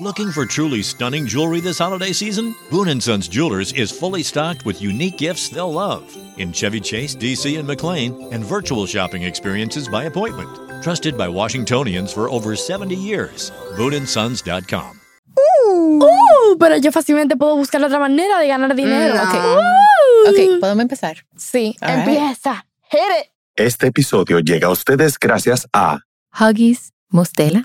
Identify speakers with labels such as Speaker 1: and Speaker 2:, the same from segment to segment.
Speaker 1: Looking for truly stunning jewelry this holiday season? Boon & Sons Jewelers is fully stocked with unique gifts they'll love in Chevy Chase, DC, and McLean, and virtual shopping experiences by appointment. Trusted by Washingtonians for over 70 years. BooneAndSons.com.
Speaker 2: Uh,
Speaker 3: Uh, pero yo fácilmente puedo buscar otra manera de ganar dinero.
Speaker 2: ok.
Speaker 3: Uh.
Speaker 2: Ok, pues, podemos empezar.
Speaker 3: Sí,
Speaker 2: All right.
Speaker 3: empieza. Hit it.
Speaker 4: Este episodio llega a ustedes gracias a
Speaker 2: Huggies, Mustela,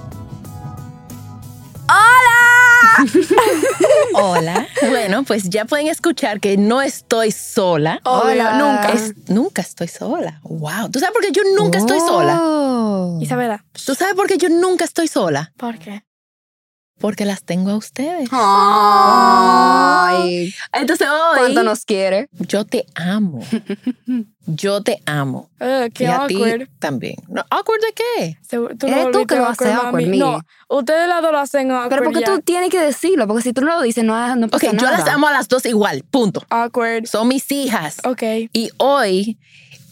Speaker 2: Hola. Bueno, pues ya pueden escuchar que no estoy sola.
Speaker 3: Obvio, Oh, nunca.
Speaker 2: Es- nunca estoy sola. Wow. ¿Tú sabes por qué yo nunca estoy sola?
Speaker 3: Isabela,
Speaker 2: ¿Tú sabes por qué yo nunca estoy sola?
Speaker 3: ¿por qué?
Speaker 2: Porque las tengo a ustedes.
Speaker 5: Ah. Ay,
Speaker 2: Entonces hoy
Speaker 5: cuánto nos quiere.
Speaker 2: yo te amo. yo te amo.
Speaker 3: Eh, qué
Speaker 2: y a
Speaker 3: awkward.
Speaker 2: ti también. No, ¿Awkward de qué?
Speaker 3: Seguro- Tú
Speaker 5: Eres tú
Speaker 3: volviste
Speaker 5: que lo haces
Speaker 3: mami.
Speaker 5: awkward, mira.
Speaker 3: No, ustedes las dos lo hacen awkward.
Speaker 5: Pero porque
Speaker 3: ya.
Speaker 5: tú tienes que decirlo, porque si tú no lo dices, no, no
Speaker 2: Ok,
Speaker 5: pasa
Speaker 2: yo
Speaker 5: nada.
Speaker 2: las amo a las dos igual. Punto.
Speaker 3: Awkward.
Speaker 2: Son mis hijas.
Speaker 3: Ok.
Speaker 2: Y hoy,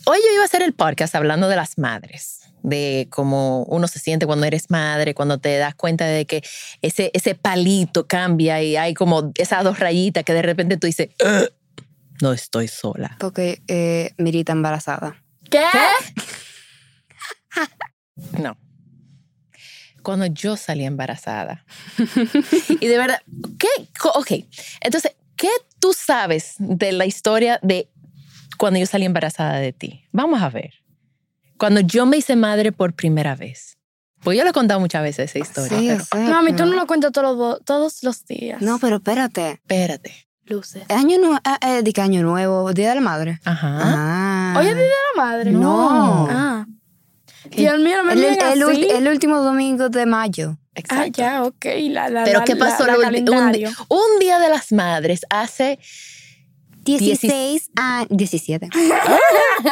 Speaker 2: hoy yo iba a hacer el podcast hablando de las madres, de cómo uno se siente cuando eres madre, cuando te das cuenta de que ese, ese palito cambia y hay como esas dos rayitas que de repente tú dices, "Ugh, no estoy sola.
Speaker 5: Porque eh, Mirita embarazada.
Speaker 3: ¿Qué?
Speaker 2: No. Cuando yo salí embarazada. y de verdad, ¿qué? Co- Ok, entonces, ¿qué tú sabes de la historia de cuando yo salí embarazada de ti? Vamos a ver. Cuando yo me hice madre por primera vez. Pues yo le he contado muchas veces esa historia.
Speaker 5: Sí,
Speaker 2: pero
Speaker 5: yo sé,
Speaker 3: Mami, tú
Speaker 5: pero-
Speaker 3: no lo cuentas todos los, todos los días.
Speaker 5: Mm. No, pero espérate.
Speaker 2: espérate.
Speaker 3: Luces.
Speaker 5: Año nuevo, eh, di que año nuevo, Día de la Madre.
Speaker 2: Ajá.
Speaker 5: Ah.
Speaker 3: Hoy es Día de la Madre.
Speaker 5: No.
Speaker 3: Ah.
Speaker 2: ¿Qué?
Speaker 3: Dios mío, no me
Speaker 5: el,
Speaker 3: digan
Speaker 5: el
Speaker 3: así.
Speaker 5: ulti- el último domingo de mayo.
Speaker 2: Exacto.
Speaker 3: Ah, ya, ok. La, la,
Speaker 2: Pero
Speaker 3: la-
Speaker 2: ¿qué pasó?
Speaker 3: La,
Speaker 2: Lo
Speaker 3: la
Speaker 2: ulti- un, di-
Speaker 3: calendario.
Speaker 2: un día de las madres hace
Speaker 5: 16 a 17.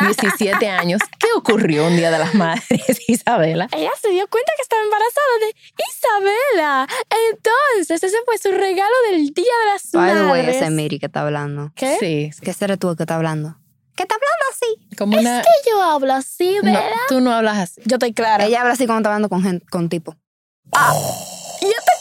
Speaker 2: 17 años. ¿Qué ocurrió un día de las madres, Isabela?
Speaker 3: Ella se dio cuenta que estaba embarazada de Isabela. Entonces, ese fue su regalo del Día de las
Speaker 5: By the way,
Speaker 3: Madres.
Speaker 5: ese es Miri que está hablando.
Speaker 3: ¿Qué?
Speaker 2: Sí,
Speaker 5: ¿Qué será tú el que está hablando? ¿Qué está hablando así?
Speaker 2: como una...
Speaker 3: Que yo hablo así,
Speaker 2: No,
Speaker 3: ¿verdad?
Speaker 2: tú no hablas así.
Speaker 3: Yo estoy clara.
Speaker 5: Ella habla así cuando está hablando con, gente, con tipo.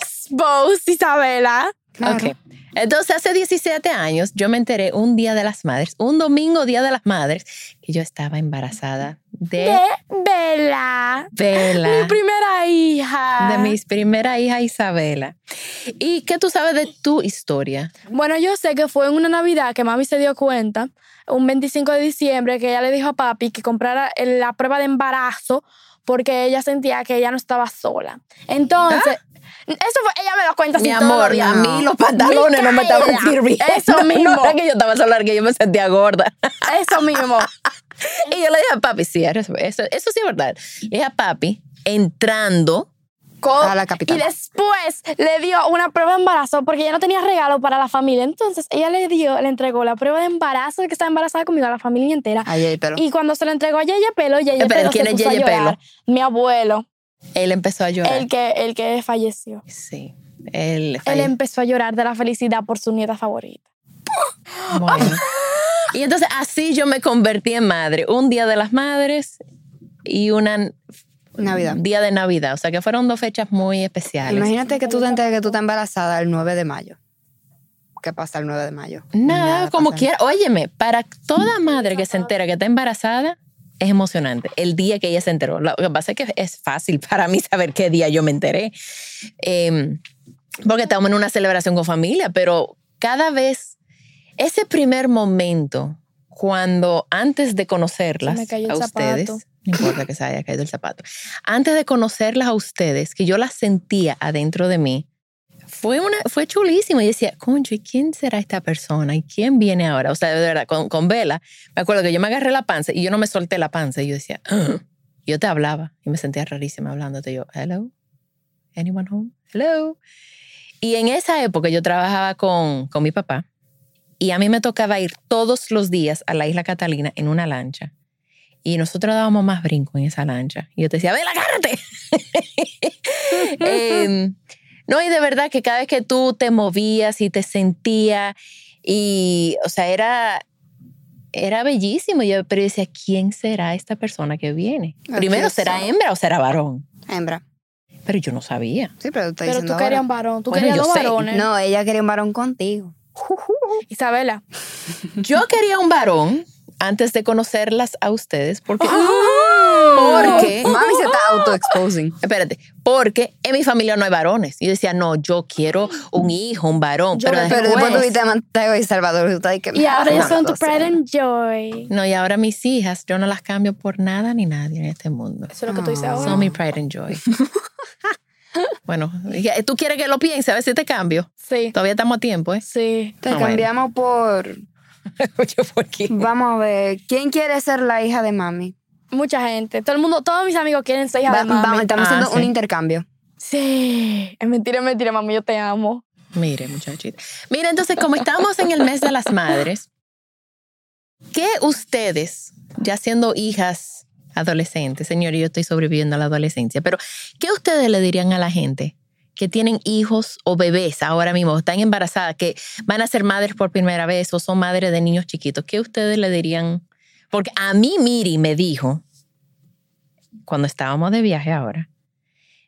Speaker 3: Expose, Isabela.
Speaker 5: Claro.
Speaker 2: Ok. Entonces, hace 17 años, yo me enteré un día de las madres, un domingo día de las madres, que yo estaba embarazada de
Speaker 3: De Bella. Mi
Speaker 2: Vela,
Speaker 3: primera hija.
Speaker 2: Ah. de mi primera hija Isabela. ¿Y qué tú sabes de tu historia?
Speaker 3: Bueno, yo sé que fue en una Navidad que mami se dio cuenta, un 25 de diciembre, que ella le dijo a papi que comprara el- la prueba de embarazo porque ella sentía que ella no estaba sola. Entonces, eso fue, ella me lo cuenta
Speaker 2: Mi
Speaker 3: así todos
Speaker 2: amor,
Speaker 3: los días.
Speaker 2: a mí los pantalones no me estaban
Speaker 3: Micaela,
Speaker 2: sirviendo.
Speaker 3: eso mismo.
Speaker 2: No era que yo estaba sola, era que yo me sentía gorda.
Speaker 3: Eso mismo.
Speaker 2: Y yo le dije a papi, sí, eres- eso, eso sí es verdad. Le dije a papi, entrando,
Speaker 3: Co-
Speaker 5: A la capital.
Speaker 3: Y después le dio una prueba de embarazo porque ella no tenía regalo para la familia. Entonces ella le dio, le entregó la prueba de embarazo de que estaba embarazada conmigo a la familia entera.
Speaker 5: Ayer, pero.
Speaker 3: Y cuando se la entregó a Yeye Pelo, Yeye
Speaker 2: Espera,
Speaker 3: Pelo
Speaker 2: ¿quién
Speaker 3: se
Speaker 2: es
Speaker 3: puso a
Speaker 2: Yeye
Speaker 3: llorar. Mi abuelo,
Speaker 2: él empezó a llorar.
Speaker 3: el que, el que falleció.
Speaker 2: Sí, él
Speaker 3: Él
Speaker 2: falleció.
Speaker 3: empezó a llorar de la felicidad por su nieta favorita.
Speaker 2: Bueno. Y entonces así yo me convertí en madre. Un día de las madres y un
Speaker 5: Navidad.
Speaker 2: día de Navidad. O sea que fueron dos fechas muy especiales.
Speaker 5: Imagínate que tú te enteras que tú estás embarazada el 9 de mayo. ¿Qué pasa el 9 de mayo?
Speaker 2: Nada, como
Speaker 5: pasa.
Speaker 2: quiera. Óyeme, para toda madre que se entera que está embarazada, es emocionante. El día que ella se enteró. Lo que pasa es que es fácil para mí saber qué día yo me enteré. Eh, porque estamos en una celebración con familia, pero cada vez, ese primer momento, cuando antes de conocerlas
Speaker 3: Se me cayó el
Speaker 2: a ustedes,
Speaker 3: zapato.
Speaker 2: no importa que se haya caído el zapato, antes de conocerlas a ustedes, que yo las sentía adentro de mí, fue, una, fue chulísimo. Y decía, concho, ¿y quién será esta persona? ¿Y quién viene ahora? O sea, de verdad, con, con Vela, me acuerdo que yo me agarré la panza y yo no me solté la panza. Y yo decía, "Ah". yo te hablaba y me sentía rarísima hablándote. Yo, hello, anyone home? Hello. Y en esa época yo trabajaba con, con mi papá y a mí me tocaba ir todos los días a la isla Catalina en una lancha. Y nosotros dábamos más brinco en esa lancha. Y yo te decía, ven, agárrate. Em, no, y de verdad que cada vez que tú te movías y te sentías, y, o sea, era, era bellísimo. Yo, pero yo decía, ¿quién será esta persona que viene?
Speaker 5: Aquí
Speaker 2: Primero,
Speaker 5: está.
Speaker 2: ¿será hembra o será varón?
Speaker 5: Hembra.
Speaker 2: Pero yo no sabía.
Speaker 5: Sí, pero te
Speaker 3: Pero tú
Speaker 5: diciendo ahora.
Speaker 3: querías un varón, tú
Speaker 2: Bueno,
Speaker 3: querías
Speaker 2: yo
Speaker 3: dos
Speaker 2: sé.
Speaker 3: varones.
Speaker 5: No, ella quería un varón contigo.
Speaker 3: Isabela,
Speaker 2: Yo quería un varón antes de conocerlas a ustedes porque... Porque...
Speaker 5: Mami se está auto-exposing.
Speaker 2: Espérate, porque en mi familia no hay varones. Y yo decía, no, yo quiero un hijo, un varón.
Speaker 3: Yo
Speaker 2: pero
Speaker 3: me-
Speaker 5: Pero
Speaker 2: después-
Speaker 5: después tuviste a Mateo y Salvador. Y, tú estás que,
Speaker 3: y ahora
Speaker 5: no,
Speaker 3: ya son
Speaker 5: no
Speaker 3: tu pride and joy.
Speaker 2: No, y ahora mis hijas, yo no las cambio por nada ni nadie en este mundo.
Speaker 3: Eso es lo que tú dices
Speaker 2: Son
Speaker 3: ahora.
Speaker 2: mi pride and joy. bueno, ya, tú quieres que lo piense, a ver si te cambio.
Speaker 3: Sí,
Speaker 2: Todavía estamos a tiempo, ¿eh?
Speaker 3: sí.
Speaker 5: Te
Speaker 2: Ah, bueno.
Speaker 5: cambiamos por.
Speaker 2: Yo, ¿por qué?
Speaker 5: Vamos a ver. ¿Quién quiere ser la hija de mami?
Speaker 3: Mucha gente. Todo el mundo, todos mis amigos quieren ser hija
Speaker 5: Va-
Speaker 3: de mami.
Speaker 5: vamos, estamos
Speaker 2: Ah,
Speaker 5: haciendo un
Speaker 2: sí.
Speaker 5: intercambio.
Speaker 3: Sí. Es mentira, es mentira, mami, yo te amo.
Speaker 2: Mire, muchachita. Mira, entonces, como estamos en el mes de las madres, ¿qué ustedes, ya siendo hijas adolescentes, señor, yo estoy sobreviviendo a la adolescencia, pero ¿qué ustedes le dirían a la gente que tienen hijos o bebés ahora mismo, están embarazadas, que van a ser madres por primera vez o son madres de niños chiquitos? ¿Qué ustedes le dirían? Porque a mí Miri me dijo, cuando estábamos de viaje ahora,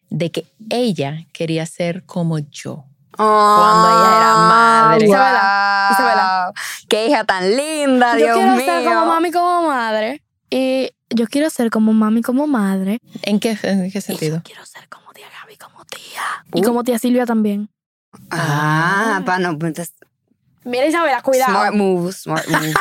Speaker 2: de que ella quería ser como yo. Cuando ella era madre.
Speaker 5: Ah, Isabela,
Speaker 3: Isabela.
Speaker 5: Qué hija tan linda,
Speaker 3: yo
Speaker 5: Ah, Dios
Speaker 3: quiero
Speaker 5: mío.
Speaker 3: ser como mami, como madre. Y yo quiero ser como mami, como madre.
Speaker 2: ¿En qué, en qué
Speaker 3: Y yo
Speaker 2: sentido?
Speaker 3: quiero ser como tía Gaby, como tía. Y como tía Silvia también.
Speaker 5: Ah, pa, no, pues, entonces,
Speaker 3: Mira, Isabela,
Speaker 5: Smart
Speaker 3: cuidado.
Speaker 5: move, smart move.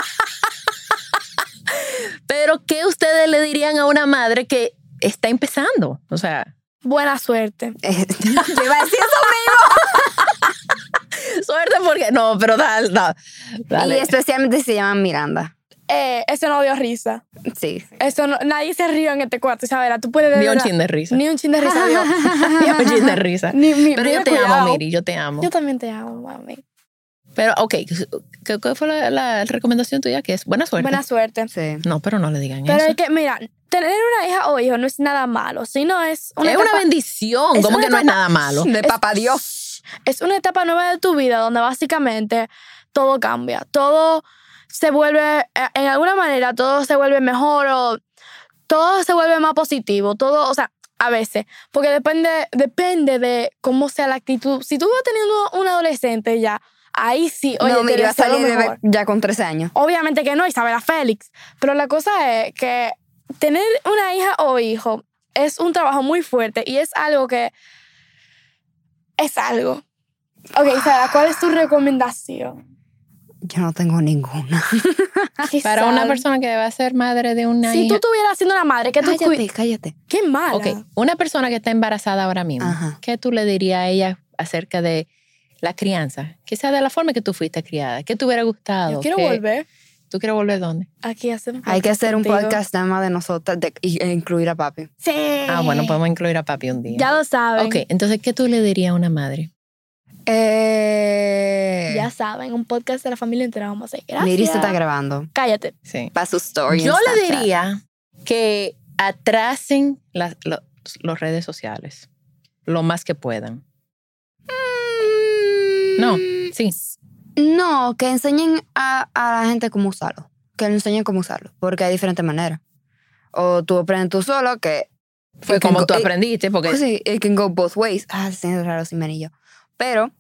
Speaker 2: Pero, ¿qué ustedes le dirían a una madre que está empezando? O sea,
Speaker 3: Buena suerte.
Speaker 5: Eh, Yo iba a decir eso
Speaker 2: suerte porque no, pero dale, no,
Speaker 5: mismo.
Speaker 2: dale.
Speaker 5: Y especialmente se llama Miranda.
Speaker 3: Eh, eso no dio risa.
Speaker 5: Sí.
Speaker 3: Eso no- nadie se rió en este cuarto, Isabela. Tú puedes de
Speaker 2: Ni un
Speaker 3: verdad-
Speaker 2: chin de risa. Ni
Speaker 3: Ni un chin de risa dio.
Speaker 2: un chin de risa.
Speaker 3: Ni- ni-
Speaker 2: Pero yo
Speaker 3: mira,
Speaker 2: te
Speaker 3: cuidado.
Speaker 2: amo, Miri, yo te amo.
Speaker 3: Yo también te amo, mami.
Speaker 2: Pero, ok, ¿qué, qué fue la, la recomendación tuya? Que es buena suerte.
Speaker 3: Buena suerte.
Speaker 5: Sí.
Speaker 2: No, pero no le digan
Speaker 3: Pero
Speaker 2: eso.
Speaker 3: es que, mira, tener una hija o hijo no es nada malo, sino es una,
Speaker 2: es
Speaker 3: etapa,
Speaker 2: una bendición,
Speaker 3: es
Speaker 2: como
Speaker 3: una
Speaker 2: que no es
Speaker 3: etapa-
Speaker 2: nada malo.
Speaker 5: De papá Dios.
Speaker 3: es una etapa nueva de tu vida donde básicamente todo cambia, todo se vuelve, eh, en alguna manera, todo se vuelve mejor o todo se vuelve más positivo, todo, o sea, a veces, porque depende, depende de cómo sea la actitud. Si tú vas teniendo un adolescente ya, ahí sí, oye,
Speaker 5: no,
Speaker 3: te
Speaker 5: mira, iba a
Speaker 3: deseo lo
Speaker 5: salir de
Speaker 3: mejor.
Speaker 5: ver ya con 13 años.
Speaker 3: Obviamente que no, Isabela Félix. Pero la cosa es que tener una hija o hijo es un trabajo muy fuerte y es algo que. Es algo. Ok, Isabela, ¿cuál es tu recomendación?
Speaker 5: Yo no tengo ninguna.
Speaker 2: Ah, Para una
Speaker 3: Quizás-
Speaker 2: persona que va a ser madre de una
Speaker 3: Si tú
Speaker 2: hija.
Speaker 3: estuvieras siendo una madre, ¿qué tú
Speaker 5: Cállate,
Speaker 3: cuidas?
Speaker 5: cállate.
Speaker 3: Qué mala.
Speaker 2: Ok, una persona que está embarazada ahora mismo,
Speaker 5: Ajá.
Speaker 2: ¿qué tú le dirías a ella acerca de la crianza? Quizás de la forma que tú fuiste criada. ¿Qué te hubiera gustado?
Speaker 3: Yo quiero
Speaker 2: ¿Qué-
Speaker 3: volver
Speaker 2: ¿Tú quieres volver dónde?
Speaker 3: aquí a hacer un
Speaker 5: Hay que hacer un
Speaker 3: contigo.
Speaker 5: podcast nada más de nosotras de- y- e incluir a papi.
Speaker 3: Sí.
Speaker 2: Ah, bueno, podemos incluir a papi un día.
Speaker 3: Eh, Ya lo saben.
Speaker 2: ok, entonces, ¿qué tú le dirías a una madre?
Speaker 5: Eh,
Speaker 3: Ya saben, un podcast de la familia entera vamos a hacer. Gracias.
Speaker 5: Miri se está grabando.
Speaker 3: Cállate.
Speaker 2: Sí.
Speaker 5: Para su story. en
Speaker 2: Yo le
Speaker 5: Snapchat.
Speaker 2: diría que atrasen las lo- los redes sociales lo más que puedan. No, sí.
Speaker 5: No, que enseñen a, a la gente cómo usarlo. Que le enseñen cómo usarlo. Porque hay diferentes maneras. O tú aprendes tú solo, que.
Speaker 2: Fue
Speaker 5: it can
Speaker 2: como
Speaker 5: go-
Speaker 2: tú
Speaker 3: eh,
Speaker 5: it-
Speaker 2: aprendiste, porque
Speaker 5: Pues Sí, it can go both ways. Ah, sí, es raro sin anillo. Pero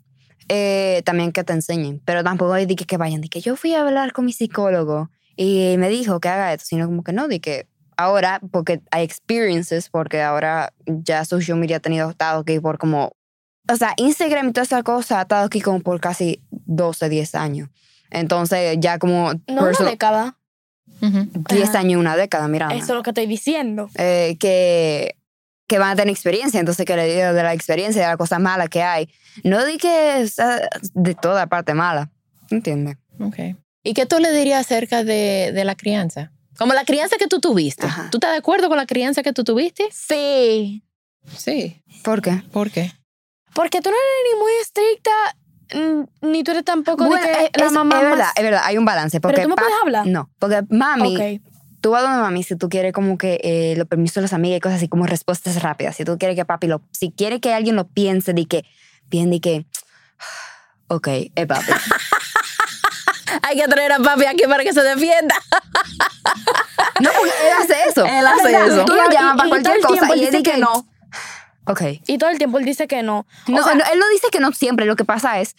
Speaker 5: eh, también que te enseñen. Pero tampoco hay de que, que vayan. De que yo fui a hablar con mi psicólogo y me dijo que haga esto. Sino como que no, de que ahora, porque hay experiences, porque ahora ya social media ha tenido estado aquí por como. O sea, Instagram y toda esa cosa ha estado aquí como por casi 12, 10 años. Entonces, ya como
Speaker 3: No una
Speaker 5: personal-
Speaker 3: década.
Speaker 2: Ujú.
Speaker 5: 10
Speaker 3: Ajá.
Speaker 5: años, una década, mira.
Speaker 3: Eso es lo que estoy diciendo.
Speaker 5: eh, que, que van a tener experiencia, entonces que le diga de la experiencia y de las cosas malas que hay. No di que o sea, de toda parte mala, ¿entiendes?
Speaker 2: Ok. ¿Y qué tú le dirías acerca de, de la crianza? Como la crianza que tú tuviste.
Speaker 5: Ajá.
Speaker 2: ¿Tú estás de acuerdo con la crianza que tú tuviste?
Speaker 3: Sí.
Speaker 2: Sí.
Speaker 5: ¿Por qué?
Speaker 2: ¿Por qué?
Speaker 3: Porque tú no eres ni muy estricta, mm, ni tú eres tampoco de que
Speaker 5: es,
Speaker 3: la
Speaker 5: es-
Speaker 3: mamá
Speaker 5: es verdad,
Speaker 3: más-
Speaker 5: es verdad, hay un balance. Porque
Speaker 3: Pero tú me
Speaker 5: pa-
Speaker 3: puedes hablar.
Speaker 5: No, porque mami,
Speaker 3: Ok.
Speaker 5: tú vas donde mami si tú quieres como que eh, los permisos de las amigas y cosas así como respuestas rápidas. Si tú quieres que papi lo, si quiere que alguien lo piense, di que, bien, di que, ok, es papi.
Speaker 2: Hay que traer a papi aquí para que se defienda.
Speaker 5: no, porque él hace eso.
Speaker 2: Él hace
Speaker 5: Verdad,
Speaker 2: eso.
Speaker 5: Tú
Speaker 3: Y-
Speaker 5: lo
Speaker 3: y-
Speaker 5: llamas
Speaker 3: y
Speaker 5: para
Speaker 3: todo
Speaker 5: cualquier
Speaker 3: el
Speaker 5: cosa
Speaker 3: tiempo
Speaker 5: y
Speaker 3: él
Speaker 5: él dice
Speaker 3: dice
Speaker 5: que
Speaker 3: que
Speaker 5: no. Ok.
Speaker 3: Y todo el tiempo él dice que no.
Speaker 5: No,
Speaker 3: o sea,
Speaker 5: no, él no dice que no siempre. Lo que pasa es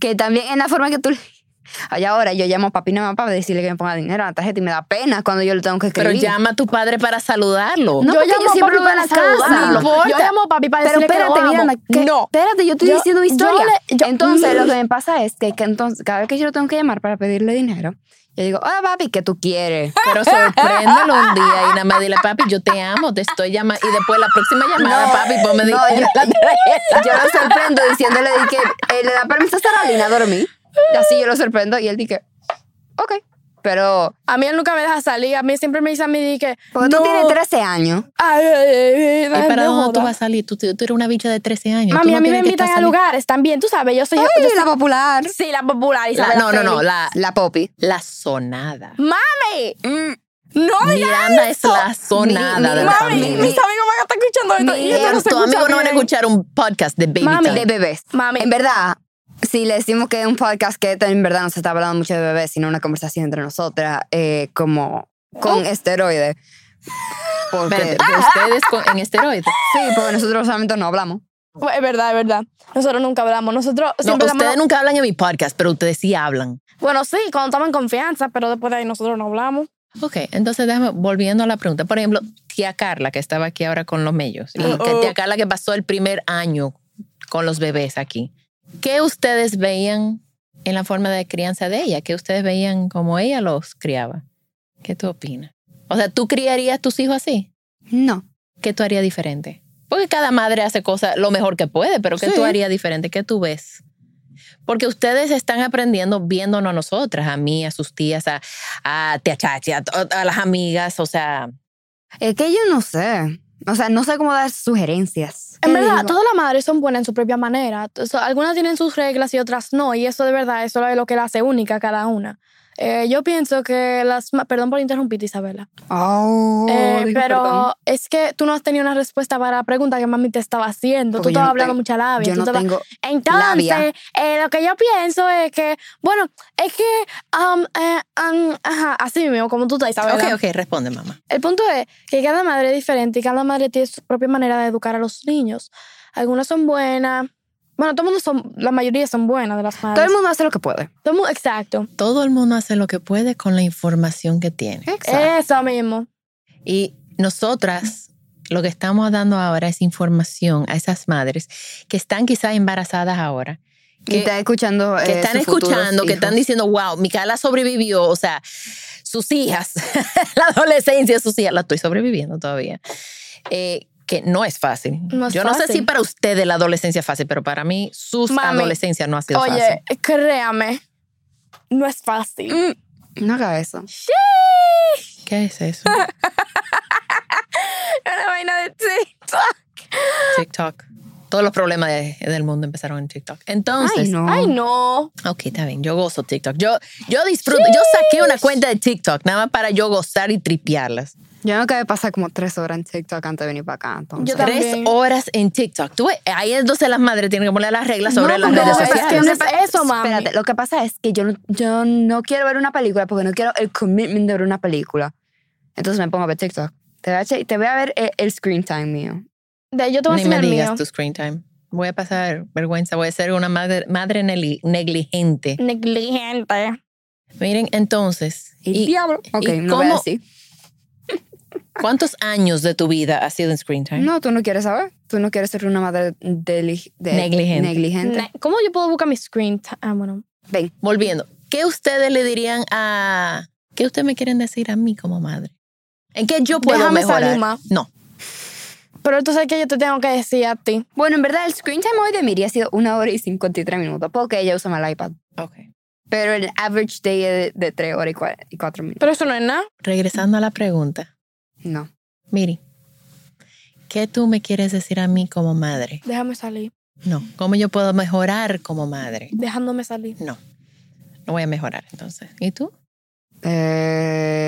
Speaker 5: que también en la forma que tú. le- Ay, ahora yo llamo a papi y mamá para decirle que me ponga dinero en la tarjeta y me da pena cuando yo le tengo que
Speaker 2: Pero
Speaker 5: escribir.
Speaker 2: llama a tu padre para saludarlo.
Speaker 5: No,
Speaker 3: yo
Speaker 5: porque
Speaker 3: llamo
Speaker 5: yo
Speaker 3: a
Speaker 5: siempre
Speaker 3: papi
Speaker 5: lo veo en
Speaker 3: para
Speaker 5: la casa.
Speaker 3: saludarlo.
Speaker 2: No
Speaker 3: Yo
Speaker 2: importa.
Speaker 3: llamo a papi para
Speaker 5: Pero
Speaker 3: decirle
Speaker 5: espérate,
Speaker 3: que lo amo.
Speaker 5: Miranda, que-
Speaker 2: No.
Speaker 5: espérate, yo estoy
Speaker 3: Yo-
Speaker 5: diciendo mi
Speaker 3: yo
Speaker 5: historia.
Speaker 3: le- yo- mm.
Speaker 5: entonces, lo que me pasa es que, que entonces, cada vez que yo lo tengo que llamar para pedirle dinero, yo digo, hola papi, ¿qué tú quieres?
Speaker 2: Pero sorpréndelo un día y nada más dile, papi, yo te amo, te estoy llamando. Y después la próxima llamada, papi, ponme
Speaker 5: no,
Speaker 2: dinero.
Speaker 5: yo- Yo lo sorprendo diciéndole de que eh, le da permiso a Saralina a dormir. Y así yo lo sorprendo y él dice, ok. Pero,
Speaker 3: A mí él nunca me deja salir. A mí siempre me dice a mí di que.
Speaker 5: porque
Speaker 3: no,
Speaker 5: tú tienes 13 años.
Speaker 3: ay, ay, ay, ay,
Speaker 2: ¿Y para
Speaker 3: no
Speaker 2: dónde tú
Speaker 3: jodas.
Speaker 2: vas a salir? Tú, tú eres una bicha de 13 años.
Speaker 3: Mami,
Speaker 2: tú no
Speaker 3: a mí me
Speaker 2: tienes que estar
Speaker 3: invitan a
Speaker 2: saliendo.
Speaker 3: lugares también. Tú sabes, yo soy. yo-
Speaker 5: Ay,
Speaker 3: yo
Speaker 5: la popular.
Speaker 3: soy- sí, la popular.
Speaker 2: La-
Speaker 3: Isabel
Speaker 2: no, no, no,
Speaker 3: Félix.
Speaker 2: la,
Speaker 5: La popi.
Speaker 2: la sonada.
Speaker 3: ¡Mami! ¡No digas
Speaker 2: Miranda es la
Speaker 5: Mi-
Speaker 2: sonada
Speaker 5: mi-
Speaker 2: de la
Speaker 3: Mami,
Speaker 2: familia.
Speaker 3: mis amigos van a estar escuchando esto.
Speaker 5: Mi-
Speaker 3: y esto no se
Speaker 2: Tus
Speaker 3: escucha
Speaker 2: amigos Eh, no van a
Speaker 3: bien.
Speaker 2: escuchar un podcast de Baby
Speaker 3: Mami,
Speaker 2: Time.
Speaker 5: de bebés.
Speaker 3: Mami.
Speaker 5: En verdad, si le decimos que es un podcast que en verdad no se está hablando mucho de bebés, sino una conversación entre nosotras, eh, como con esteroides. Porque,
Speaker 2: Espérate, de
Speaker 3: Ah.
Speaker 2: ustedes con- en este esteroides.
Speaker 5: sí, porque nosotros solamente no hablamos.
Speaker 3: Es verdad, es verdad. Nosotros nunca hablamos. Nosotros
Speaker 2: No,
Speaker 3: siempre hablamos.
Speaker 2: ustedes nunca hablan en mi podcast, pero ustedes sí hablan.
Speaker 3: Bueno, sí, cuando estamos en confianza, pero después de ahí nosotros no hablamos.
Speaker 2: Ok, entonces déjame, volviendo a la pregunta. Por ejemplo, tía Carla, que estaba aquí ahora con los mellos, y que tía Carla que pasó el primer año con los bebés aquí. ¿Qué ustedes veían en la forma de crianza de ella? ¿Qué ustedes veían como ella los criaba? ¿Qué tú opinas? O sea, ¿tú criarías tus hijos así?
Speaker 5: No.
Speaker 2: ¿Qué tú harías diferente? Porque cada madre hace cosas lo mejor que puede, pero ¿qué
Speaker 5: Sí.
Speaker 2: tú harías diferente? ¿Qué tú ves? Porque ustedes están aprendiendo viéndonos a nosotras, a mí, a sus tías, a, a tía Chachi, a, to- a las amigas, o sea,
Speaker 5: Es que yo no sé. O sea, no sé cómo dar sugerencias.
Speaker 3: En
Speaker 5: ¿Qué
Speaker 3: verdad,
Speaker 5: digo?
Speaker 3: todas las madres son buenas en su propia manera. O sea, algunas tienen sus reglas y otras no. Y eso de verdad, eso es lo que la hace única a cada una. Eh, yo pienso que las... ma- Perdón por interrumpirte, Isabela.
Speaker 5: Oh,
Speaker 3: Eh,
Speaker 5: digo,
Speaker 3: pero
Speaker 5: perdón.
Speaker 3: es que tú no has tenido una respuesta para la pregunta que mami te estaba haciendo.
Speaker 5: Porque
Speaker 3: tú
Speaker 5: yo
Speaker 3: estabas
Speaker 5: no
Speaker 3: hablando
Speaker 5: tengo-
Speaker 3: mucha labia.
Speaker 5: yo
Speaker 3: tú
Speaker 5: no
Speaker 3: estabas-
Speaker 5: tengo labia.
Speaker 3: Entonces, eh, lo que yo pienso es que, bueno, es que, um, eh, um, ajá, así mismo, como tú te Isabela.
Speaker 2: Ok, ok, responde, mamá.
Speaker 3: El punto es que cada madre es diferente y cada madre tiene su propia manera de educar a los niños. Algunas son buenas. Bueno, todo el mundo son, la mayoría son buenas de las madres.
Speaker 5: Todo el mundo hace lo que puede.
Speaker 3: Todo el mundo- exacto.
Speaker 2: Todo el mundo hace lo que puede con la información que tiene.
Speaker 3: Eso mismo.
Speaker 2: Y nosotras lo que estamos dando ahora es información a esas madres que están quizás embarazadas ahora,
Speaker 5: Que está escuchando.
Speaker 2: que
Speaker 5: eh,
Speaker 2: están
Speaker 5: sus futuros
Speaker 2: escuchando, que están
Speaker 5: hijos.
Speaker 2: diciendo, wow, Micaela sobrevivió, o sea, sus hijas, la adolescencia de sus hijas, la estoy sobreviviendo todavía. Eh, que no es fácil.
Speaker 3: No es
Speaker 2: Yo no sé
Speaker 3: fácil.
Speaker 2: si para ustedes la adolescencia es fácil, pero para mí sus
Speaker 3: Mami,
Speaker 2: adolescencias no ha sido fácil. Mm.
Speaker 3: Oye, créame, no es fácil.
Speaker 5: No haga eso.
Speaker 2: ¿Qué es eso?
Speaker 3: Una vaina de sí.
Speaker 2: TikTok. Todos los problemas de- del mundo empezaron en TikTok. Entonces,
Speaker 5: Ay, no.
Speaker 3: Ay, no.
Speaker 2: Ok, está bien. Yo gozo TikTok. Yo, yo disfruto. Yo saqué una cuenta de TikTok nada más para yo gozar y tripearlas.
Speaker 5: Yo me acabé de pasar como tres horas en TikTok antes de venir para acá. entonces.
Speaker 3: Yo también.
Speaker 2: Tres horas en TikTok. Tú ves, ahí entonces las madres tienen que poner las reglas sobre
Speaker 3: No,
Speaker 2: las
Speaker 3: porque
Speaker 2: redes
Speaker 3: lo que pasa es que
Speaker 2: sociales.
Speaker 3: no es eso, mami.
Speaker 5: Espérate, lo que pasa es que yo no, yo no quiero ver una película porque no quiero el commitment de ver una película. Entonces me pongo a ver TikTok. Te voy a, che- te voy a ver el, el screen time mío.
Speaker 3: De- yo te voy a
Speaker 2: Ni me
Speaker 3: enseñar el
Speaker 2: digas
Speaker 3: mío.
Speaker 2: tu screen time. Voy a pasar vergüenza. Voy a ser una madre, madre negli- negligente.
Speaker 3: Negligente.
Speaker 2: Miren, entonces. ¿y
Speaker 5: diablo. Ok,
Speaker 2: ¿y
Speaker 5: no voy a
Speaker 2: cómo-
Speaker 5: decir.
Speaker 2: ¿Cuántos años de tu vida ha sido en screen
Speaker 3: ¿Eh?
Speaker 2: time?
Speaker 5: No, tú no quieres saber. Tú no quieres ser una madre deli- de-
Speaker 2: Negligente.
Speaker 5: negligente.
Speaker 3: Ne- ¿Cómo yo puedo buscar mi screen? ti- Ah, bueno.
Speaker 5: Ven,
Speaker 2: Volviendo. ¿Qué ustedes le dirían a. ¿Qué ustedes me quieren decir a mí como madre? ¿En qué yo puedo
Speaker 3: Déjame
Speaker 2: mejorar?
Speaker 3: salir más.
Speaker 2: No.
Speaker 3: Pero entonces, ¿qué yo te tengo que decir a ti?
Speaker 5: bueno, en verdad el screen time hoy de Miri ha sido una hora y 53 minutos porque ella usa mal iPad.
Speaker 2: Ok.
Speaker 5: Pero el average day es de, de tres horas y, cua- y cuatro minutos.
Speaker 3: Pero eso no es nada.
Speaker 2: Regresando a la pregunta.
Speaker 5: No.
Speaker 2: Miri, ¿qué tú me quieres decir a mí como madre?
Speaker 3: Déjame salir.
Speaker 2: No. ¿Cómo yo puedo mejorar como madre?
Speaker 3: dejándome salir.
Speaker 2: No. No voy a mejorar entonces. ¿Y tú?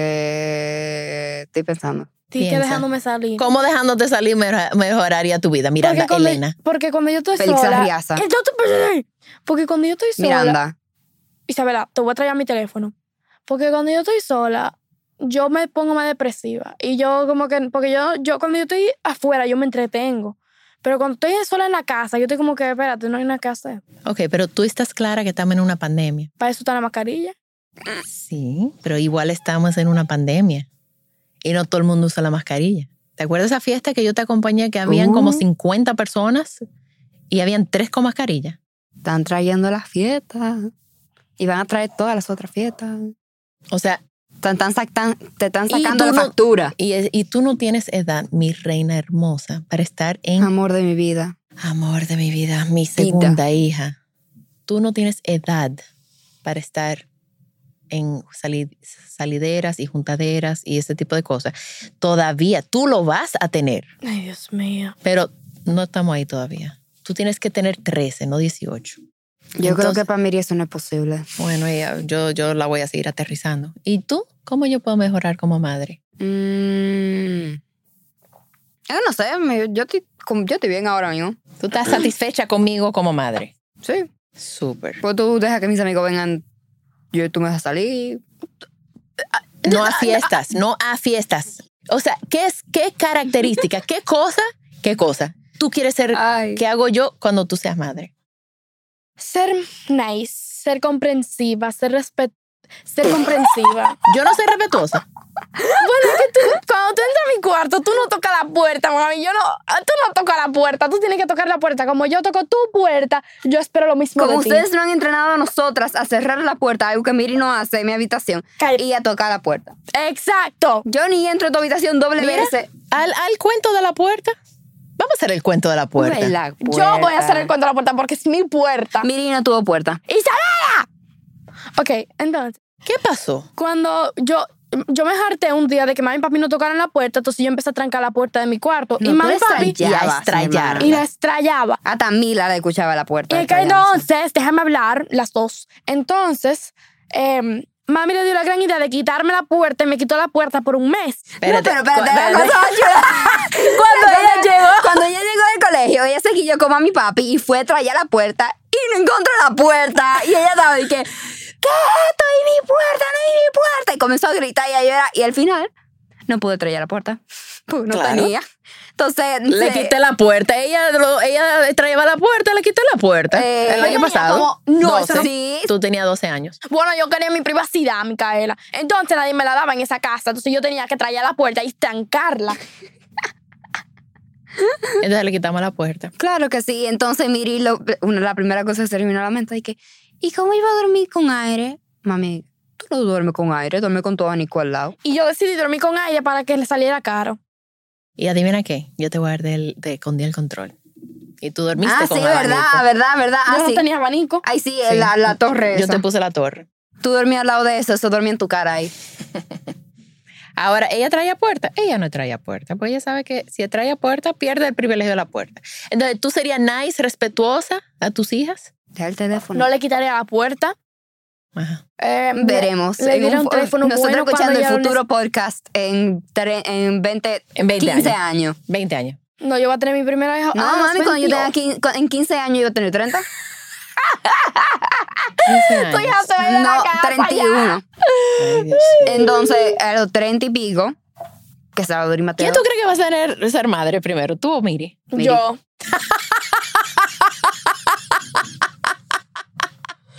Speaker 5: Eh, estoy pensando.
Speaker 3: Sí, que
Speaker 2: Piensa.
Speaker 3: dejándome salir.
Speaker 2: ¿Cómo dejándote salir mejor- mejoraría tu vida? Miranda,
Speaker 3: cuando,
Speaker 2: Elena.
Speaker 3: porque cuando yo estoy
Speaker 5: Felixa
Speaker 3: sola.
Speaker 5: Riaza.
Speaker 3: Eh, yo te- Porque cuando yo estoy sola.
Speaker 5: Miranda.
Speaker 3: Isabela, te voy a traer mi teléfono. Porque cuando yo estoy sola, yo me pongo más depresiva. Y yo como que, porque yo, yo cuando yo estoy afuera, yo me entretengo. Pero cuando estoy sola en la casa, yo estoy como que, espérate, no hay nada que hacer.
Speaker 2: Ok, pero tú estás clara que estamos en una pandemia.
Speaker 3: Para eso está la mascarilla.
Speaker 2: Sí, pero igual estamos en una pandemia y no todo el mundo usa la mascarilla. ¿Te acuerdas esa fiesta que yo te acompañé que habían como
Speaker 5: Uh.
Speaker 2: 50 personas y habían tres con mascarilla?
Speaker 5: Están trayendo las fiestas. Y van a traer todas las otras fiestas.
Speaker 2: O sea,
Speaker 5: Están, están sac- tan- te están
Speaker 2: Y
Speaker 5: sacando
Speaker 2: tú
Speaker 5: la
Speaker 2: no-
Speaker 5: factura.
Speaker 2: y, y tú no tienes edad, mi reina hermosa, para estar en
Speaker 5: Amor de mi vida.
Speaker 2: amor de mi vida, mi segunda hija. Tú no tienes edad para estar en sali- salideras y juntaderas y ese tipo de cosas. Todavía tú lo vas a tener.
Speaker 3: Ay, Dios mío.
Speaker 2: Pero no estamos ahí todavía. Tú tienes que tener 13, no 18.
Speaker 5: Yo creo
Speaker 2: Entonces-
Speaker 5: que para mí eso no es posible.
Speaker 2: Bueno, ella- yo, yo la voy a seguir aterrizando. ¿Y tú? ¿Cómo yo puedo mejorar como madre?
Speaker 5: Mm. Yo no sé, me- yo estoy, como- yo estoy bien ahora mismo.
Speaker 2: ¿Tú estás satisfecha conmigo como madre?
Speaker 5: Sí.
Speaker 2: Súper.
Speaker 5: Pues tú dejas que mis amigos vengan. Yo tú me vas a salir.
Speaker 2: No a fiestas, no a fiestas. O sea, ¿qué es qué característica, qué cosa, qué cosa? Tú quieres ser
Speaker 5: Ay.
Speaker 2: qué hago yo cuando tú seas madre.
Speaker 3: Ser nice, ser comprensiva, ser respet ser comprensiva.
Speaker 2: Yo no soy respetuosa.
Speaker 3: Cuando tú entras a mi cuarto, tú no tocas la puerta, mami. Yo no, tú no tocas la puerta. Tú tienes que tocar la puerta. Como yo toco tu puerta, yo espero lo mismo
Speaker 5: Como
Speaker 3: de ti.
Speaker 5: ustedes no han entrenado a nosotras a cerrar la puerta, algo que Miri no hace en mi habitación,
Speaker 3: Cállate.
Speaker 5: y a tocar la puerta.
Speaker 3: Exacto.
Speaker 5: Yo ni entro a tu habitación doble
Speaker 2: Mira,
Speaker 5: veces.
Speaker 2: al, al cuento de la puerta. Vamos a hacer el cuento de la puerta.
Speaker 5: Abre la
Speaker 3: Yo voy a hacer el
Speaker 5: puerta.
Speaker 3: cuento de la puerta porque es mi puerta.
Speaker 5: Miri no tuvo puerta.
Speaker 3: ¡Isabela! Ok, entonces,
Speaker 2: ¿Qué pasó?
Speaker 3: cuando yo, yo me harté un día de que mami y papi no tocaran la puerta, entonces yo empecé a trancar la puerta de mi cuarto.
Speaker 5: No,
Speaker 3: y
Speaker 5: tú
Speaker 3: mami y papi
Speaker 5: estrellabas,
Speaker 2: y a estrellar.
Speaker 5: mi
Speaker 3: y
Speaker 5: hermana.
Speaker 3: la estrellaba.
Speaker 5: Hasta Mila le escuchaba la puerta.
Speaker 3: Y que
Speaker 5: estrellándose.
Speaker 3: entonces, déjame hablar, las dos. Entonces, em, mami le dio la gran idea de quitarme la puerta y me quitó la puerta por un mes.
Speaker 5: No, pero espérate, la cosa más chula.
Speaker 3: Cuando ella llegó.
Speaker 5: Cuando ella llegó del colegio, ella se guilló con a mi papi y fue a traer la puerta y no encontró la puerta. Y ella estaba y que, ¿qué es esto? ¿Y mi puerta? ¿No hay mi puerta? Y comenzó a gritar y a llorar. Y al final, no pudo traer la puerta. Porque no
Speaker 2: Claro.
Speaker 5: tenía. Entonces,
Speaker 2: Le
Speaker 5: se-
Speaker 2: quité la puerta. Ella, lo- ella traía la puerta, le quité la puerta.
Speaker 5: Eh, yo
Speaker 2: el año
Speaker 5: tenía
Speaker 2: pasado.
Speaker 5: como- no,
Speaker 2: Doce.
Speaker 5: eso no- Sí.
Speaker 2: Tú tenías 12 años.
Speaker 3: Bueno, yo quería mi privacidad, Micaela. Entonces nadie me la daba en esa casa. Entonces yo tenía que traer la puerta y trancarla.
Speaker 2: Entonces le quitamos la puerta.
Speaker 5: Claro que sí. Entonces, Miri, lo, una, la primera cosa que se le vino a la mente es que, ¿y cómo iba a dormir con aire? Mami, tú no duermes con aire, duermes con tu abanico al lado.
Speaker 3: Y yo decidí dormir con ella para que le saliera caro.
Speaker 2: Y adivina qué, yo te guardé el, te escondí el control. Y tú dormiste
Speaker 5: Ah, sí,
Speaker 2: con
Speaker 5: verdad,
Speaker 2: abanico.
Speaker 5: verdad, verdad.
Speaker 3: Yo
Speaker 5: Ah,
Speaker 3: no
Speaker 5: sí.
Speaker 3: tenía abanico.
Speaker 5: Ay, sí,
Speaker 2: Sí.
Speaker 5: La, la torre.
Speaker 2: Yo
Speaker 5: esa.
Speaker 2: te puse la torre.
Speaker 5: Tú dormías al lado de eso, eso dormía en tu cara ahí.
Speaker 2: Ahora, ¿ella traía puerta? Ella no traía puerta, pues ella sabe que si traía puerta, pierde el privilegio de la puerta. Entonces, ¿tú serías nice, respetuosa a tus hijas?
Speaker 5: Deja el teléfono.
Speaker 3: No le quitaría la puerta.
Speaker 2: Ajá.
Speaker 3: Eh,
Speaker 5: Veremos.
Speaker 3: Le
Speaker 5: En
Speaker 3: dieron un
Speaker 5: fu-
Speaker 3: teléfono
Speaker 5: Nosotros
Speaker 3: bueno
Speaker 5: escuchando
Speaker 3: cuando
Speaker 5: el
Speaker 3: ya lo
Speaker 5: futuro podcast en, tre- en 20,
Speaker 2: En 20
Speaker 5: 15
Speaker 2: años.
Speaker 5: años.
Speaker 2: 20 años.
Speaker 3: No, yo voy a tener mi primera hija.
Speaker 5: No,
Speaker 3: a los
Speaker 5: mami, cuando yo
Speaker 3: 22.
Speaker 5: tenga quin- cu- en 15 años yo iba a tener 30.
Speaker 2: 15 años.
Speaker 3: Ya se ve de la
Speaker 5: No,
Speaker 3: casa ya.
Speaker 5: 31.
Speaker 2: Ay, Dios mío.
Speaker 5: Entonces, a los 30 y pico, que se va a dormir Mateo.
Speaker 2: ¿Quién tú crees que vas a tener, ser madre primero, tú o Miri?
Speaker 5: Miri.
Speaker 3: Yo.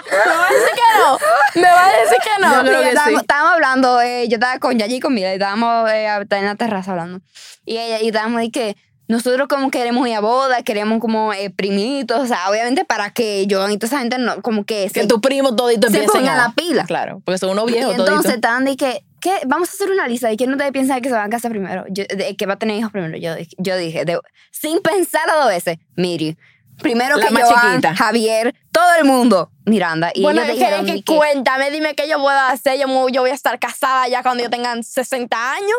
Speaker 3: Me va a decir que no. Me va a decir que no.
Speaker 2: Yo creo
Speaker 5: Mira,
Speaker 2: que
Speaker 5: estábamos,
Speaker 2: sí.
Speaker 5: estábamos hablando, eh, yo estaba con Yayi y con Mila, y estábamos eh, en la terraza hablando. Y ella, y estábamos de que nosotros como queremos ir a boda, queremos como eh, primitos, o sea, obviamente para que yo y toda esa gente no, como que,
Speaker 2: Que
Speaker 5: se-
Speaker 2: tu primo todito
Speaker 5: se
Speaker 2: empiecen
Speaker 5: ponga la pila.
Speaker 2: Claro, porque son unos
Speaker 5: Y
Speaker 2: viejos
Speaker 5: entonces
Speaker 2: toditos.
Speaker 5: estaban de que, ¿qué? vamos a hacer una lista de quién ustedes piensan que se van a casar primero, Yo- de- que va a tener hijos primero. Yo, dije- yo dije, de- sin pensarlo dos veces, Miri, primero
Speaker 2: La
Speaker 5: que
Speaker 2: más
Speaker 5: Joan,
Speaker 2: chiquita.
Speaker 5: Javier, todo el mundo, Miranda. Y
Speaker 3: bueno,
Speaker 5: ellos
Speaker 3: ¿qué-
Speaker 5: dijeron
Speaker 3: qué-
Speaker 5: de que-
Speaker 3: cuéntame, dime qué yo puedo hacer. Yo, me- yo voy a estar casada ya cuando yo tenga 60 años.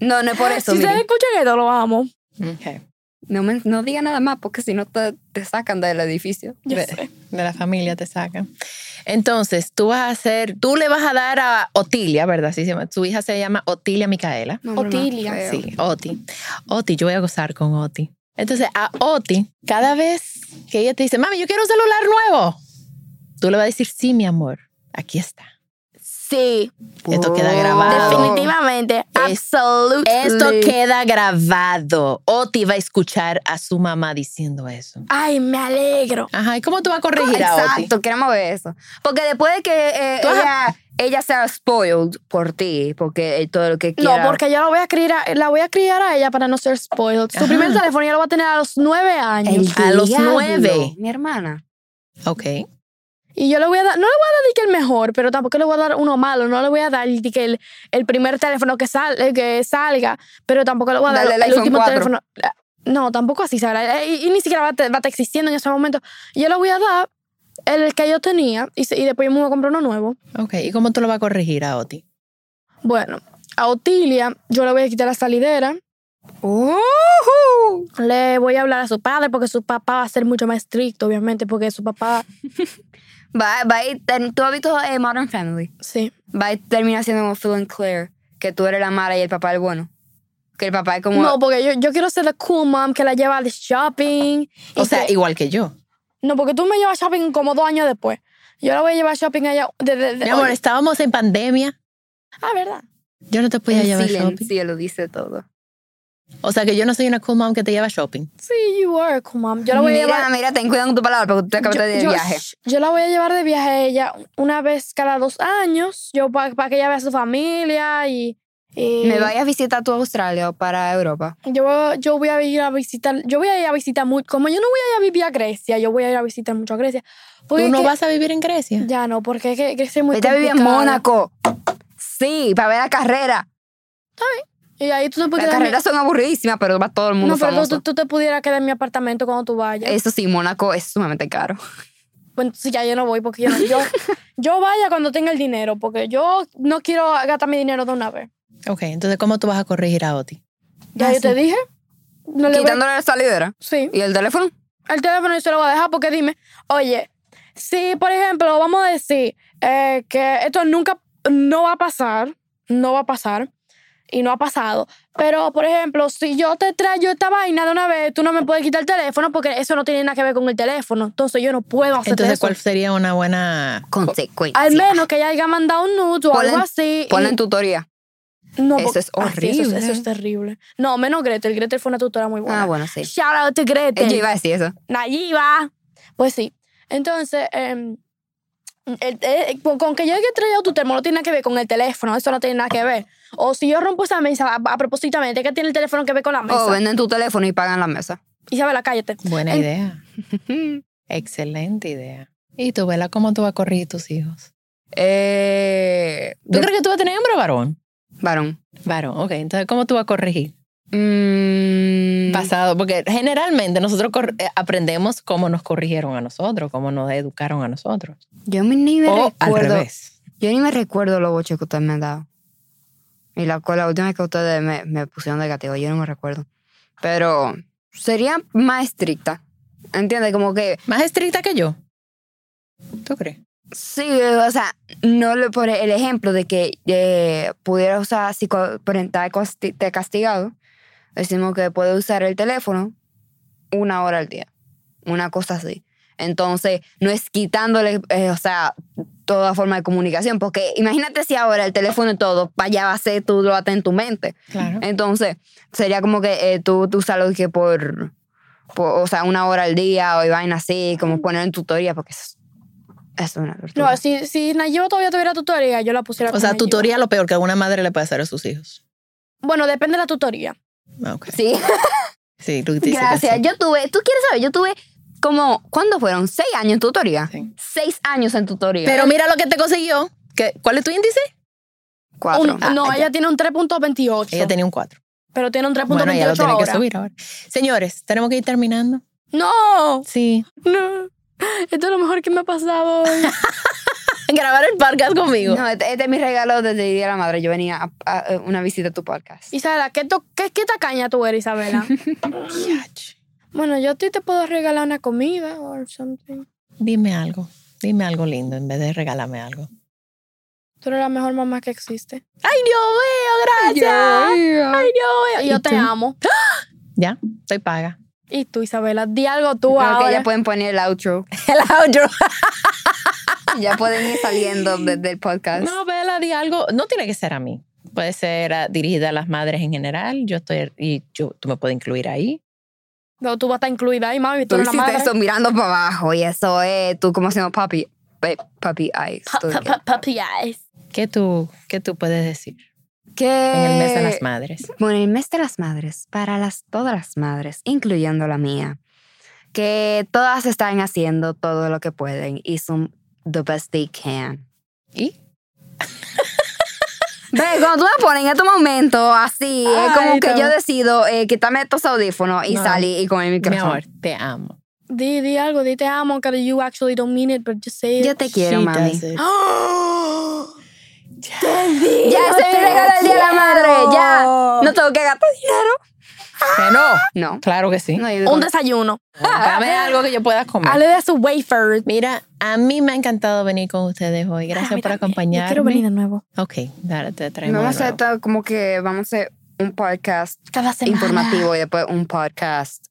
Speaker 5: no, no es por
Speaker 3: si
Speaker 5: eso, Miri.
Speaker 3: ustedes escuchan esto, lo amo.
Speaker 2: Ok.
Speaker 5: No, men- no diga nada más porque si no te, te sacan del edificio.
Speaker 3: Yo
Speaker 2: de,
Speaker 3: sé.
Speaker 2: de la familia te sacan. Entonces, tú vas a hacer, tú le vas a dar a Otilia, ¿verdad? Así se llama. Tu hija se llama Otilia Micaela.
Speaker 5: No, hombre, más
Speaker 3: Otilia.
Speaker 5: feo.
Speaker 2: Sí, Oti. Oti, yo voy a gozar con Oti. Entonces, a Oti, cada vez que ella te dice, mami, yo quiero un celular nuevo, tú le vas a decir, sí, mi amor, aquí está.
Speaker 3: Sí,
Speaker 2: Esto queda
Speaker 5: Oh.
Speaker 3: Ah.
Speaker 2: grabado.
Speaker 3: definitivamente.
Speaker 2: Es-
Speaker 3: Absolutely.
Speaker 2: Esto queda grabado. Oti va a escuchar a su mamá diciendo eso.
Speaker 3: Ay, me alegro.
Speaker 2: Ajá, ¿y cómo tú vas a corregir a Oti?
Speaker 5: Exacto, queremos ver eso. Porque después de que eh,
Speaker 2: Tú has-
Speaker 5: ella, ella sea spoiled por ti, porque eh, todo lo que
Speaker 3: No,
Speaker 5: quiera.
Speaker 3: porque yo la voy a criar, a- la voy a criar a ella para no ser spoiled.
Speaker 2: Ajá.
Speaker 3: Su primer teléfono ya lo va a tener a los nueve años.
Speaker 5: El
Speaker 2: A los
Speaker 5: diablo,
Speaker 2: nueve.
Speaker 5: Mi hermana.
Speaker 2: Ok.
Speaker 3: Y yo le voy a dar, no le voy a dar ni que el mejor, pero tampoco le voy a dar uno malo. No le voy a dar ni que el, el primer teléfono que, sal, eh, que salga, pero tampoco le voy a dar
Speaker 5: Dale el
Speaker 3: el,
Speaker 5: iPhone
Speaker 3: último
Speaker 5: 4.
Speaker 3: teléfono. Eh, No, tampoco así, Sara. Eh, Y, y ni siquiera va a, te- va a estar existiendo en ese momento. Yo le voy a dar el que yo tenía y, se- y después yo me voy a comprar uno nuevo.
Speaker 2: Ok, ¿y cómo tú lo vas a corregir a Oti?
Speaker 3: Bueno, a Otilia yo le voy a quitar la salidera. Oh. Le voy a hablar a su padre porque su papá va a ser mucho más estricto, obviamente, porque su papá,
Speaker 5: Va, va a ir- ten- ¿Tú has visto eh, Modern Family?
Speaker 3: sí.
Speaker 5: Va a terminar siendo como Phil and Claire, que tú eres la mala y el papá el bueno. Que el papá es como.
Speaker 3: No, porque yo, yo quiero ser la cool mom que la lleva al shopping. y
Speaker 2: O sea,
Speaker 3: que-
Speaker 2: igual que yo.
Speaker 3: no, porque tú me llevas shopping como dos años después. Yo la voy a llevar shopping allá. De, de- de-
Speaker 2: Mi amor, estábamos en pandemia.
Speaker 3: Ah, ¿verdad?
Speaker 2: Yo no te podía
Speaker 5: el
Speaker 2: llevar shopping.
Speaker 5: silencio lo dice todo.
Speaker 2: O sea, que yo no soy una cool mom que te lleva shopping.
Speaker 3: Sí, you are a cool mom. Yo la voy a
Speaker 5: mira,
Speaker 3: llevar.
Speaker 5: mira, ten cuidado con tu palabra porque tú te acabas
Speaker 3: yo-
Speaker 5: de ir de
Speaker 3: yo-
Speaker 5: viaje.
Speaker 3: shh, yo la voy a llevar de viaje a ella una vez cada dos años, yo para que ella vea a su familia y... y-
Speaker 5: Me vayas a visitar tú a Australia o para Europa.
Speaker 3: Yo, yo voy a ir a visitar, yo voy a ir a visitar mucho, como yo no voy a ir a vivir a Grecia, yo voy a ir a visitar mucho a Grecia. Porque
Speaker 2: ¿Tú
Speaker 3: es
Speaker 2: no
Speaker 3: que-
Speaker 2: vas a vivir en Grecia?
Speaker 3: Ya no, porque es que Grecia es muy
Speaker 5: Vete a vivir en
Speaker 3: complicada.
Speaker 5: Mónaco. Sí, para ver la carrera.
Speaker 3: Y ahí tú te puedes
Speaker 5: Las
Speaker 3: quedar en mi-
Speaker 5: carreras son aburridísimas, pero va todo el mundo
Speaker 3: No, pero tú-
Speaker 5: famoso.
Speaker 3: tú, tú te pudieras quedar en mi apartamento cuando tú vayas.
Speaker 5: Eso sí, Mónaco es sumamente caro.
Speaker 3: Bueno, entonces ya yo no voy porque yo, no- yo, yo vaya cuando tenga el dinero, porque yo no quiero gastar mi dinero de una vez.
Speaker 2: Ok, entonces, ¿cómo tú vas a corregir a Oti?
Speaker 3: Ya
Speaker 2: Ah,
Speaker 3: yo te
Speaker 2: sí.
Speaker 3: dije. No le voy a-
Speaker 5: Quitándole la salidera.
Speaker 3: Sí.
Speaker 5: ¿Y el teléfono?
Speaker 3: El teléfono yo se lo voy a dejar porque dime, oye, si por ejemplo vamos a decir eh, que esto nunca, no va a pasar, no va a pasar y no ha pasado, pero por ejemplo, si yo te traigo esta vaina de una vez, tú no me puedes quitar el teléfono porque eso no tiene nada que ver con el teléfono, entonces yo no puedo hacer
Speaker 2: Entonces,
Speaker 3: eso.
Speaker 2: ¿cuál sería una buena...
Speaker 5: Consecuencia.
Speaker 3: Al menos que ella haya mandado un nude o
Speaker 5: Ponle-
Speaker 3: algo así. y-
Speaker 5: Ponla en tutoría.
Speaker 3: no,
Speaker 5: Eso
Speaker 3: porque-
Speaker 5: es
Speaker 3: Ah, sí, eso es- eso,
Speaker 5: horrible.
Speaker 3: es terrible. No, menos Gretel. Gretel fue una tutora muy buena.
Speaker 5: Ah, bueno, sí.
Speaker 3: Shout out to Gretel.
Speaker 5: Eh, Yo iba a decir eso.
Speaker 3: Nayiba. Pues sí. Entonces, em, el- eh, con con que yo haya traído tu termo no tiene nada que ver con el teléfono, eso no tiene nada que ver. O si yo rompo esa mesa a, a propósito, ¿qué tiene el teléfono que ver con la
Speaker 2: Oh,
Speaker 3: mesa?
Speaker 5: O venden tu teléfono y pagan la mesa.
Speaker 3: Isabela, cállate.
Speaker 2: Buena
Speaker 3: En-
Speaker 2: idea. Excelente idea. ¿Y tú, Vela, cómo tú vas a corregir tus hijos?
Speaker 5: Eh,
Speaker 2: ¿Tú
Speaker 5: de-
Speaker 2: crees que tú vas a tener hombre o varón?
Speaker 5: varón.
Speaker 2: Varón, ok. Entonces, ¿cómo tú vas a corregir?
Speaker 5: Mm,
Speaker 2: Pasado, porque generalmente nosotros cor- eh, aprendemos cómo nos corrigieron a nosotros, cómo nos educaron a nosotros.
Speaker 5: yo ni ni me
Speaker 2: O al
Speaker 5: recuerdo.
Speaker 2: revés.
Speaker 5: Yo ni me recuerdo los boches que ustedes me han dado. Y la, la última vez que ustedes me, me pusieron negativo, yo no me recuerdo. Pero sería más estricta. ¿Entiendes? Como que
Speaker 2: Más estricta que yo. ¿Tú crees?
Speaker 5: Sí, o sea, no le pone el ejemplo de que eh, pudiera usar psicoparental costi- te castigado. Decimos que puede usar el teléfono una hora al día, una cosa así. Entonces, no es quitándole, eh, o sea, toda forma de comunicación, porque imagínate si ahora el teléfono y todo, para allá va a ser, tú lo vas a tener en tu mente.
Speaker 2: Claro.
Speaker 5: Entonces, sería como que eh, tú, tú usas lo que por, por, o sea, una hora al día o y vaina así, como poner en tutoría, porque es, es una tortura.
Speaker 3: No, si, si Nayiba todavía tuviera tutoría, yo la pusiera
Speaker 2: O
Speaker 3: con
Speaker 2: sea,
Speaker 3: Nayiba.
Speaker 2: tutoría lo peor que alguna madre le puede hacer a sus hijos.
Speaker 3: Bueno, depende de la tutoría.
Speaker 2: Ok.
Speaker 5: Sí,
Speaker 2: Sí, tú dices que
Speaker 5: gracias.
Speaker 2: sí.
Speaker 5: Yo tuve, tú quieres saber, yo tuve como, ¿cuándo fueron? ¿Seis años en tutoría?
Speaker 2: Sí.
Speaker 5: Seis años en tutoría.
Speaker 2: Pero mira lo que te consiguió. ¿Qué- ¿Cuál es tu índice?
Speaker 5: Cuatro. Ah,
Speaker 3: Un- no, ella tiene un 3.28.
Speaker 2: Ah, Ella tenía un 4.
Speaker 3: Pero tiene un 3.28
Speaker 2: Bueno, ella lo tiene
Speaker 3: ahora.
Speaker 2: que subir ahora. Señores, tenemos que ir terminando.
Speaker 3: No,
Speaker 2: Sí.
Speaker 3: no. Esto es lo mejor que me ha pasado hoy.
Speaker 2: grabar el podcast conmigo.
Speaker 5: No, este, este es mi regalo desde el Día de la Madre. Yo venía a, a- a una visita a tu podcast.
Speaker 3: Isabela, ¿qué, to- qué, qué tacaña tú eres, Isabela?
Speaker 2: Yach.
Speaker 3: bueno, yo a ti te puedo regalar una comida o something.
Speaker 2: Dime algo. Dime algo lindo en vez de regalarme algo.
Speaker 3: Tú eres la mejor mamá que existe.
Speaker 2: ¡Ay, Dios mío! ¡Gracias! ¡Ay, Dios
Speaker 3: Y
Speaker 2: mío!
Speaker 3: yo
Speaker 2: ¿Y
Speaker 3: te
Speaker 2: tú?
Speaker 3: amo.
Speaker 2: Ya, estoy paga.
Speaker 3: Y tú, Isabela, di algo tú
Speaker 5: Creo
Speaker 3: ahora.
Speaker 5: que ya pueden poner el outro.
Speaker 2: El outro.
Speaker 5: ya pueden ir saliendo de- del podcast.
Speaker 2: No, Vela, di algo. No tiene que ser a mí. Puede ser ah, dirigida a las madres en general. Yo estoy. Y yo, tú me puedes incluir ahí.
Speaker 3: Pero tú vas a estar incluida ahí, mami. Tú,
Speaker 5: Tú
Speaker 3: eres la
Speaker 5: hiciste
Speaker 3: madre.
Speaker 5: eso mirando para abajo y eso es tú como siendo papi. Pe- Papi, ay, estoy
Speaker 3: Pa- pa- papi eyes.
Speaker 2: ¿Qué tú, qué tú puedes decir
Speaker 5: Que
Speaker 2: en el mes de
Speaker 5: Eh,
Speaker 2: las madres?
Speaker 5: Bueno, el mes de las madres, para las, todas las madres, incluyendo la mía, que todas están haciendo todo lo que pueden y son the best they can.
Speaker 2: ¿Y?
Speaker 5: Ve, cuando tú me pones en este momento así, es como
Speaker 3: Ay,
Speaker 5: que
Speaker 3: no.
Speaker 5: yo decido eh, quitarme estos audífonos y
Speaker 2: No.
Speaker 5: salir y con el
Speaker 2: Mi
Speaker 5: micrófono.
Speaker 2: amor, te amo.
Speaker 3: Di, di algo, di te amo, que you actually don't mean it, but just say it.
Speaker 5: Yo te quiero,
Speaker 2: She
Speaker 5: mami.
Speaker 2: does it.
Speaker 5: Ya, ese es mi regalo del Día de la Madre. Ya. No tengo que gastar dinero.
Speaker 2: Que no.
Speaker 5: No.
Speaker 2: Claro que sí.
Speaker 5: No, yo
Speaker 3: Un desayuno.
Speaker 2: Dame algo que yo pueda comer.
Speaker 3: Hale de su wafer.
Speaker 2: Mira, a mí me ha encantado venir con ustedes hoy. Gracias
Speaker 3: Ah, mira,
Speaker 2: por
Speaker 3: yo
Speaker 2: acompañarme.
Speaker 3: Quiero venir de nuevo.
Speaker 2: Ok, dale, te traemos.
Speaker 5: vamos
Speaker 2: de
Speaker 5: a
Speaker 2: nuevo.
Speaker 5: hacer como que vamos a hacer un podcast
Speaker 3: Cada semana.
Speaker 5: informativo y después un podcast,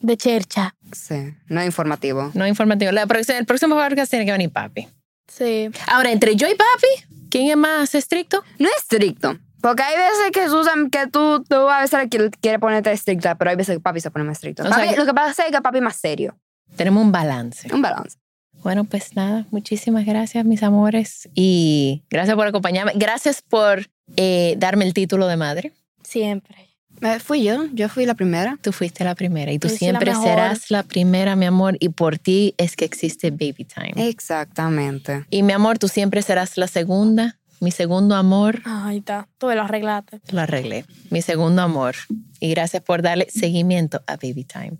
Speaker 3: De chercha.
Speaker 5: sí, no informativo.
Speaker 2: No informativo. La próxima- el próximo podcast tiene que venir papi.
Speaker 3: Sí.
Speaker 2: Ahora, entre yo y papi, ¿quién es más estricto?
Speaker 5: No estricto. Porque hay veces que Susan, que tú, tú a veces quieres quiere ponerte estricta, pero hay veces que papi se pone más estricto.
Speaker 2: O sea
Speaker 5: Papi-
Speaker 2: que-
Speaker 5: lo que pasa es que papi es más serio.
Speaker 2: Tenemos un balance.
Speaker 5: Un balance.
Speaker 2: Bueno, pues nada, muchísimas gracias, mis amores. Y gracias por acompañarme. Gracias por eh, darme el título de madre.
Speaker 3: Siempre.
Speaker 5: Eh, Fui yo, yo fui la primera.
Speaker 2: Tú fuiste la primera y tú
Speaker 3: Yo soy la
Speaker 2: siempre
Speaker 3: mejor.
Speaker 2: serás la primera, mi amor. Y por ti es que existe Baby Time.
Speaker 3: Eh.
Speaker 5: Exactamente.
Speaker 2: Y mi amor, tú siempre serás la segunda. Mi segundo amor,
Speaker 3: Ah, Ahí está. Tú lo arreglaste.
Speaker 2: lo arreglé. Mi segundo amor. Y gracias por darle seguimiento a Baby Time.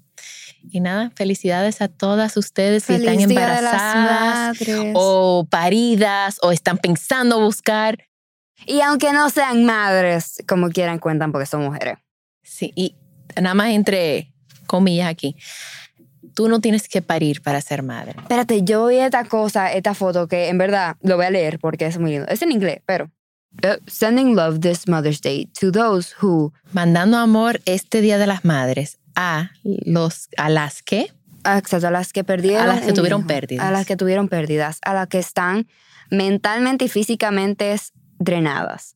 Speaker 2: Y nada, felicidades a todas ustedes si están embarazadas
Speaker 5: madres.
Speaker 2: o paridas o están pensando buscar.
Speaker 5: Y aunque no sean madres, como quieran cuentan porque son mujeres.
Speaker 2: Sí, y nada más entre comillas aquí. Tú no tienes que parir para ser madre.
Speaker 5: Espérate, yo vi esta cosa, esta foto que en verdad lo voy a leer porque es muy lindo. Es en inglés, pero. Eh, sending love this Mother's Day to those who.
Speaker 2: Mandando amor este Día de las Madres a los a las que
Speaker 5: Ah, Exacto, a las que perdieron.
Speaker 2: A las que
Speaker 5: un
Speaker 2: tuvieron
Speaker 5: hijo,
Speaker 2: pérdidas.
Speaker 5: A las que tuvieron pérdidas. A las que están mentalmente y físicamente drenadas.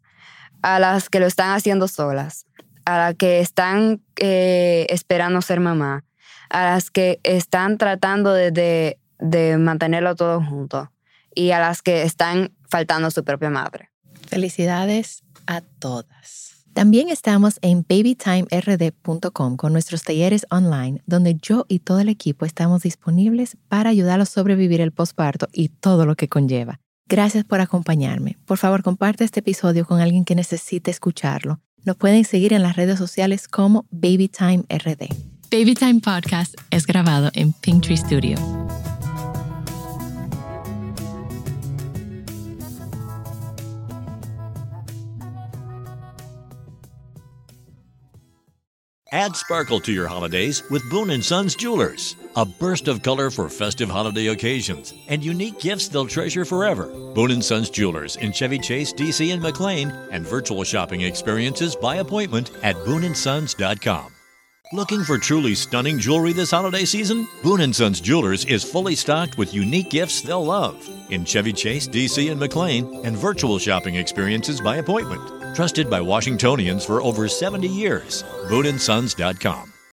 Speaker 5: A las que lo están haciendo solas. A las que están eh, esperando ser mamá. A las que están tratando de, de, de mantenerlo todo junto. Y a las que están faltando a su propia madre.
Speaker 2: Felicidades a todas. También estamos en babytimerd.com con nuestros talleres online, donde yo y todo el equipo estamos disponibles para ayudarlos a sobrevivir el posparto y todo lo que conlleva. Gracias por acompañarme. Por favor, comparte este episodio con alguien que necesite escucharlo. Nos pueden seguir en las redes sociales como BabyTimeRD.
Speaker 6: Babytime Podcast es grabado en Pinktree Studio.
Speaker 1: Add sparkle to your holidays with Boone & Sons Jewelers. A burst of color for festive holiday occasions and unique gifts they'll treasure forever. Boone & Sons Jewelers in Chevy Chase, DC and McLean and virtual shopping experiences by appointment at booneandsons.com. Looking for truly stunning jewelry this holiday season? Boone & Sons Jewelers is fully stocked with unique gifts they'll love in Chevy Chase, DC and McLean and virtual shopping experiences by appointment. Trusted by Washingtonians for over 70 years. BooneAndSons.com.